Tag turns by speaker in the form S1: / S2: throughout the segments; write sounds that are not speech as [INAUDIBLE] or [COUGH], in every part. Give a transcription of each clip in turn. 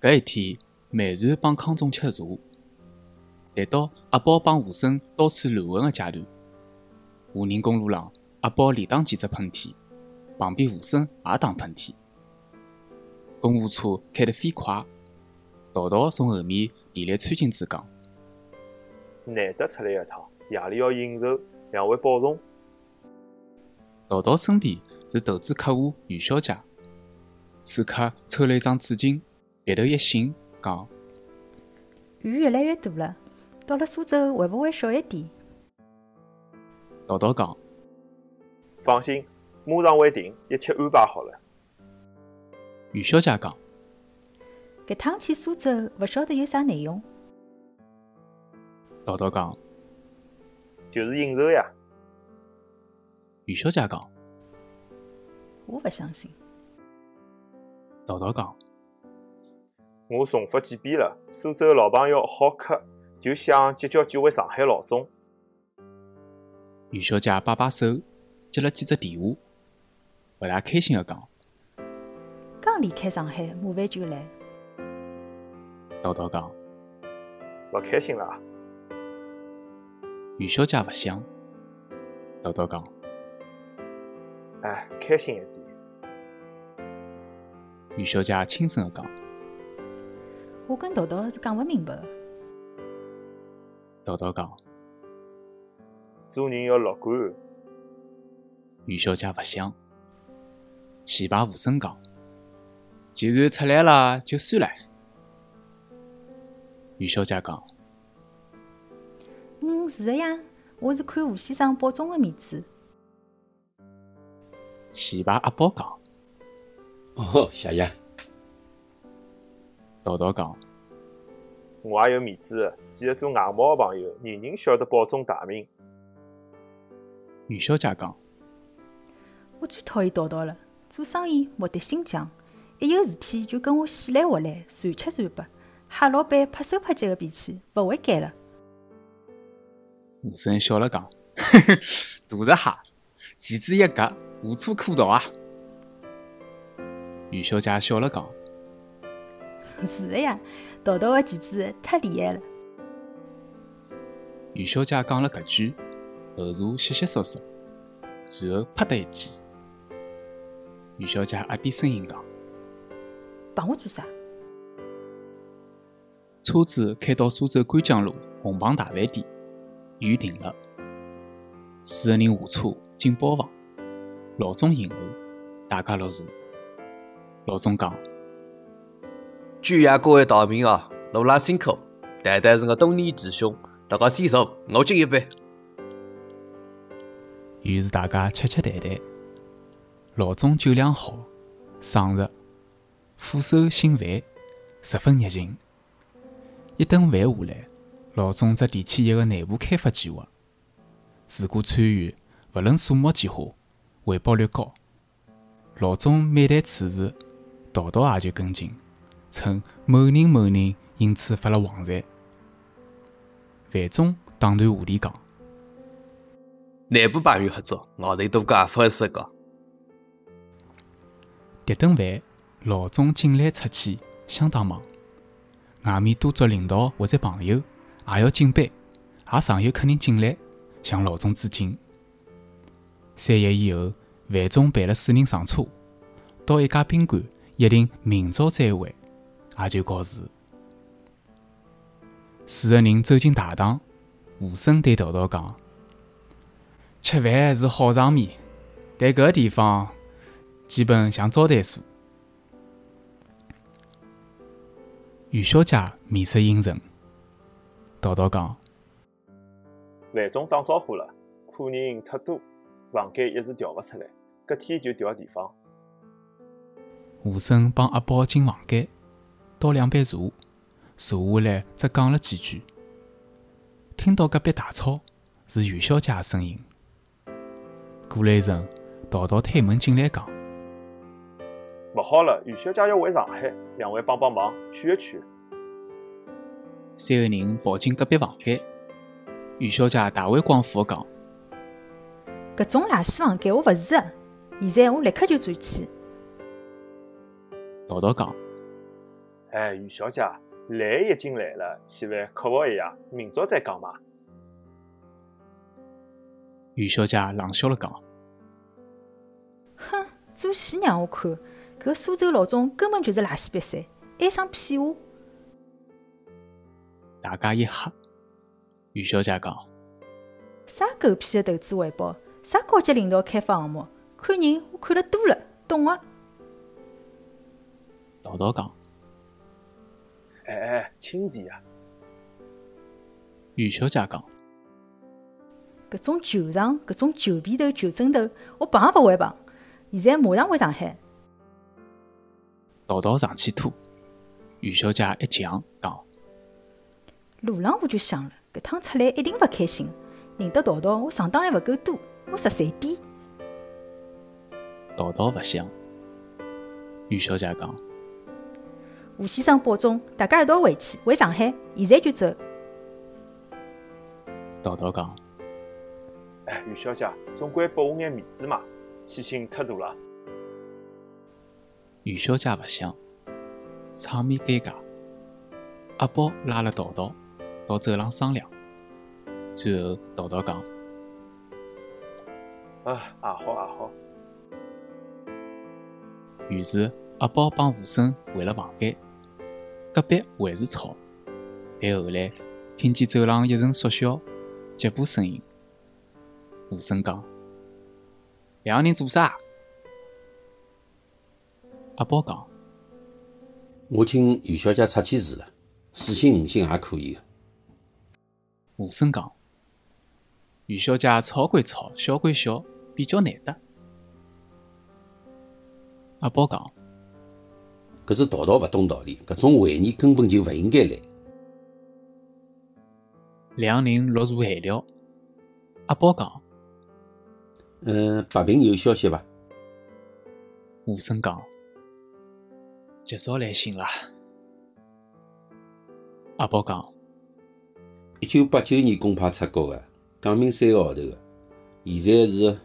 S1: 搿一天，曼船帮康总吃茶，谈到阿宝帮和珅到处乱混个阶段。华宁公路上，阿宝连打几只喷嚏，旁边和珅也打喷嚏。公务车开得飞快，陶陶从后面提来餐巾纸讲：“
S2: 难得出来一趟，夜里要应酬，两位保重。
S1: 陶陶身边是投资客户袁小姐，此刻抽了一张纸巾，鼻头一擤，讲
S3: 雨越来越大了，到了苏州会不会小一点？
S1: 陶陶讲，
S2: 放心，马上会停，一切安排好了。
S1: 袁小姐讲，
S3: 搿趟去苏州，勿晓得有啥内容。
S1: 陶陶讲，
S2: 就是应酬呀，
S1: 袁小姐讲，
S3: 我勿相信，
S1: 陶陶讲，
S2: 我重复几遍了。苏州老朋友好客，就想结交几位上海老总。
S1: 袁小姐摆摆手，接了几只电话，勿大开心个讲，
S3: 刚离开上海，麻烦就来。
S1: 陶陶讲，
S2: 勿开心了啊，
S1: 袁小姐勿想，陶陶讲，
S2: 哎，开心一点。
S1: 袁小姐轻声个讲，
S3: 我跟陶陶是讲勿明白个，
S1: 陶陶讲，
S2: 做人要乐观。
S1: 袁小姐勿想，前排和珅讲，既然出来了就算了。袁小姐讲。
S3: 嗯，是个呀，我是看吴先生保重个面子。
S1: 前排阿宝讲，
S4: 哦，谢谢。
S1: 陶陶讲，
S2: 我也有面子的，几个做外贸的朋友，人人晓得保重大命。
S1: 袁小姐讲，
S3: 我最讨厌陶陶了，做生意目的性强，一有事体就跟我死来活来，馋吃馋喝，吓老板拍手拍脚个脾气勿会改了。
S1: 吴声笑了讲， [LAUGHS] 大闸蟹，棋子一格，无处可逃啊！袁小姐笑了讲，
S3: 是个呀，陶陶个棋子太厉害了。
S1: 袁小姐讲了搿句，后座窸窸窣窣，然后啪的一记。袁小姐压低声音讲，
S3: 帮我做啥？
S1: 车子开到苏州观江路红房大饭店，雨停了。四个人下车进包房，老总迎候，大家落座。老总讲，
S5: 祝愿各位大明啊，努力辛苦！蛋蛋是我多年弟兄，大家先坐，我敬一杯。
S1: 于是大家吃吃谈谈。老总酒量好，爽直，俯首xin饭，十分热情。一顿饭下来，老总只提起一个内部开发计划，如果参与，勿论数目几何，回报率高。老总每谈此事，陶陶也就跟进，称某人某人因此发了黄财。范总打断话题讲。
S5: 内部朋友合作，外头多加分是 [LAUGHS] 个。
S1: 迭顿饭，老总进来出去相当忙，外面多足领导或者朋友也要进班，也常有客人进来向老总致敬。三一以后，范总陪了四人上车，到一家宾馆约定明朝再会，也就告辞。四个人走进大堂，和珅对陶陶讲：“吃饭是好场面，但搿个地方基本像招待所。”余小姐面色阴沉，陶陶讲。
S2: 万总打招呼了，客人太多，房间一时调勿出来，隔天就调地方。
S1: 和珅帮阿宝进房间，倒两杯茶，坐下来只讲了几句。听到隔壁大吵，是袁小姐的声音。过了一阵，陶陶推门进来讲，
S2: 勿好了，余小姐要回上海，两位帮帮忙，劝一劝。
S1: 三个人跑进隔壁房间。袁小姐大为光火地讲，
S3: 搿种垃圾房间我勿住个，现在我立刻就转去。
S1: 陶陶讲，
S2: 哎，于小姐，来也已经来了，千万克服一下，明朝再讲嘛。
S1: 于小姐冷笑了讲，
S3: 哼，做戏让我看，搿苏州老总根本就是垃圾瘪三，还想骗我？
S1: 大家一吓。于小姐讲，
S3: 啥狗屁的投资回报，啥高级领导开发项目，看人我看了多了，懂啊？
S1: 淘淘讲，
S2: 哎哎，轻点啊！
S1: 于小姐讲，
S3: 搿种球场，搿种球皮头、球枕头，我碰也勿会碰。现在马上回上海，
S1: 淘淘上去吐。于小姐一强讲，
S3: 路浪我就想了，搿趟出来一定勿开心。认得淘淘，我上当还勿够多，我十三点。
S1: 淘淘勿想。于小姐讲，
S3: 吴先生保重，大家一道回去，回上海，现在就走。
S1: 淘淘讲，
S2: 哎，于小姐，总归拨我眼面子嘛，气性太大了。
S1: 于小姐勿想，场面尴尬。阿宝拉了淘淘到走廊商量，最后淘淘讲，
S2: 啊，也好也好，
S1: 于是阿宝帮吴声回了房间。隔壁还是吵，但后来听见走廊一阵缩小，脚步声音。吴声讲：“两个人做啥？”阿宝讲
S4: 我听于小姐出去住了，四星五星也可以的。：“
S1: 吴声讲，于小姐吵归吵，笑归笑，比较难得。”阿宝讲。
S4: 搿是淘淘勿懂道理，搿种会议根本就勿应该来。
S1: 两人落入闲聊。阿宝讲，
S4: 嗯，白平有消息伐？
S1: 吴声讲，极少来信啦。阿宝讲，
S4: 一九八九年公派出国个，讲明三个号头个，现在是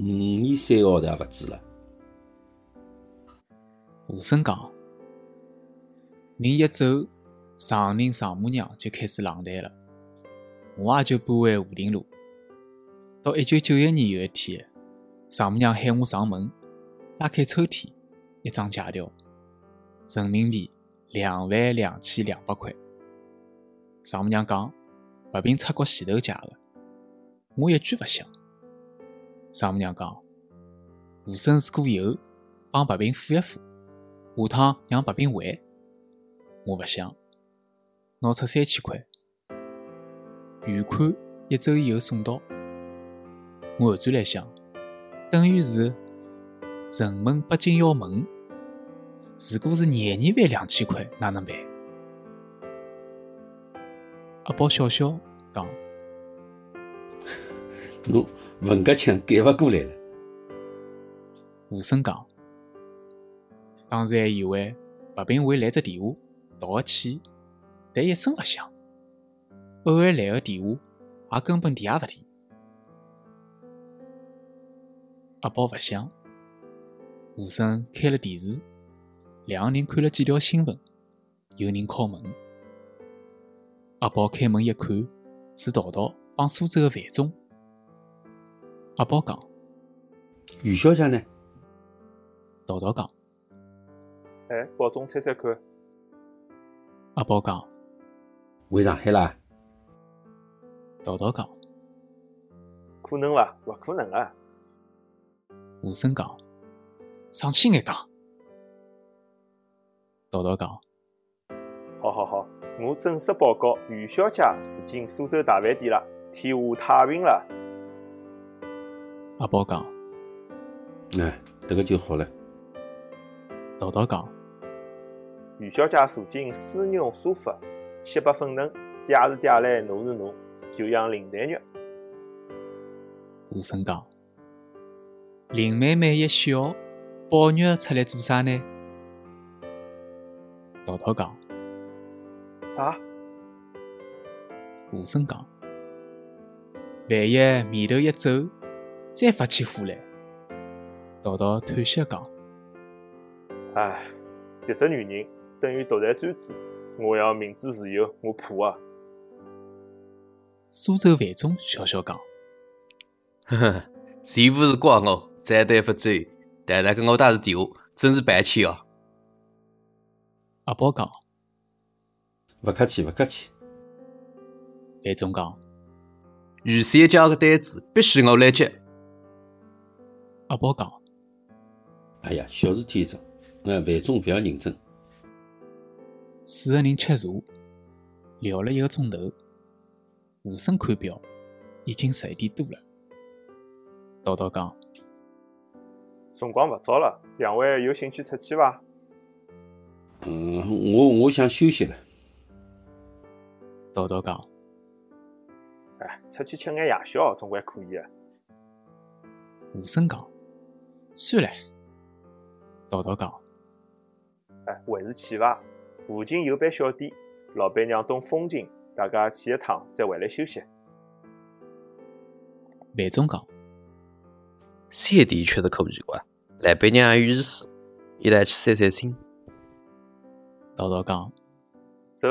S4: 五年三个号头也勿止了。
S1: 吴声讲，人一走，丈人丈母娘就开始冷淡了。我也就搬回武林路。到一九九一年有一天，丈母娘喊我上门，拉开抽屉，一张借条，人民币两万两千两百块。丈母娘讲，白平出国前头借的，我一句勿响。丈母娘讲，吴生试过以后，帮白平付一付，下趟让白平还。我勿想，拿出三千块，余款一周以后送到。我后转来想，等于是城门北京要门。如果是廿二万两千块，哪能办？阿宝笑笑讲。
S4: 侬文革腔改勿过来了。
S1: 吴声讲。当时还以为白平会来只电话，道个歉，但一声勿响。偶尔来个电话，也根本提也勿提。阿宝勿响，吴声开了电视，两个人看了几条新闻，有人敲门。阿宝开门一看，是淘淘帮苏州个范总。阿宝讲，
S4: 于小姐呢？
S1: 淘淘讲。
S2: 哎，保总猜猜看，
S1: 阿宝讲，
S4: 回上海啦？
S1: 淘淘讲，
S2: 可能伐？勿可能啊！
S1: 吴声讲，上去眼讲。淘淘讲，
S2: 好好好，我正式报告，于小姐住进苏州大饭店了，天下太平了。
S1: 阿宝讲，
S4: 哎，迭个就好了。
S1: 淘淘讲，
S2: 于小姐坐进丝绒沙发，吸白粉尘，嗲是嗲来，侬是侬，就像林黛玉。
S1: 吴声讲。林妹妹一笑，宝玉出来做啥呢？淘淘讲，
S2: 啥？
S1: 吴声讲，万一面头一皱，再发起火来。淘淘叹息讲，
S2: 唉，迭只女人等于独裁专制，我要民主自由，我怕啊！
S1: 苏州范总笑笑讲
S5: 呵呵，前夫是怪我，再对不追，但那跟我打是电话，真是白气哦。
S1: 阿宝讲，
S4: 勿客气，勿客气。
S1: 范总讲，
S5: 预先借个单子，必须我来接。
S1: 阿宝讲，
S4: 哎呀，小事体一桩，那范总勿要认真。
S1: 四个人吃茶，聊了一个钟头。无声看表，已经十一点多了。道道讲，
S2: 辰光勿早了，两位有兴趣出去伐？
S4: 嗯，我我想休息了。
S1: 道道讲，
S2: 哎，出去吃眼夜宵总归可以啊个、
S1: 无声讲，算了。道道讲，
S2: 哎，还是去伐？附近有爿小店，老板娘懂风情。大家去一趟，再回来休息。
S1: 范总讲，
S5: 三点确实可以怪，来板娘还有意思，伊拉去散散心。
S1: 道道讲，
S2: 走，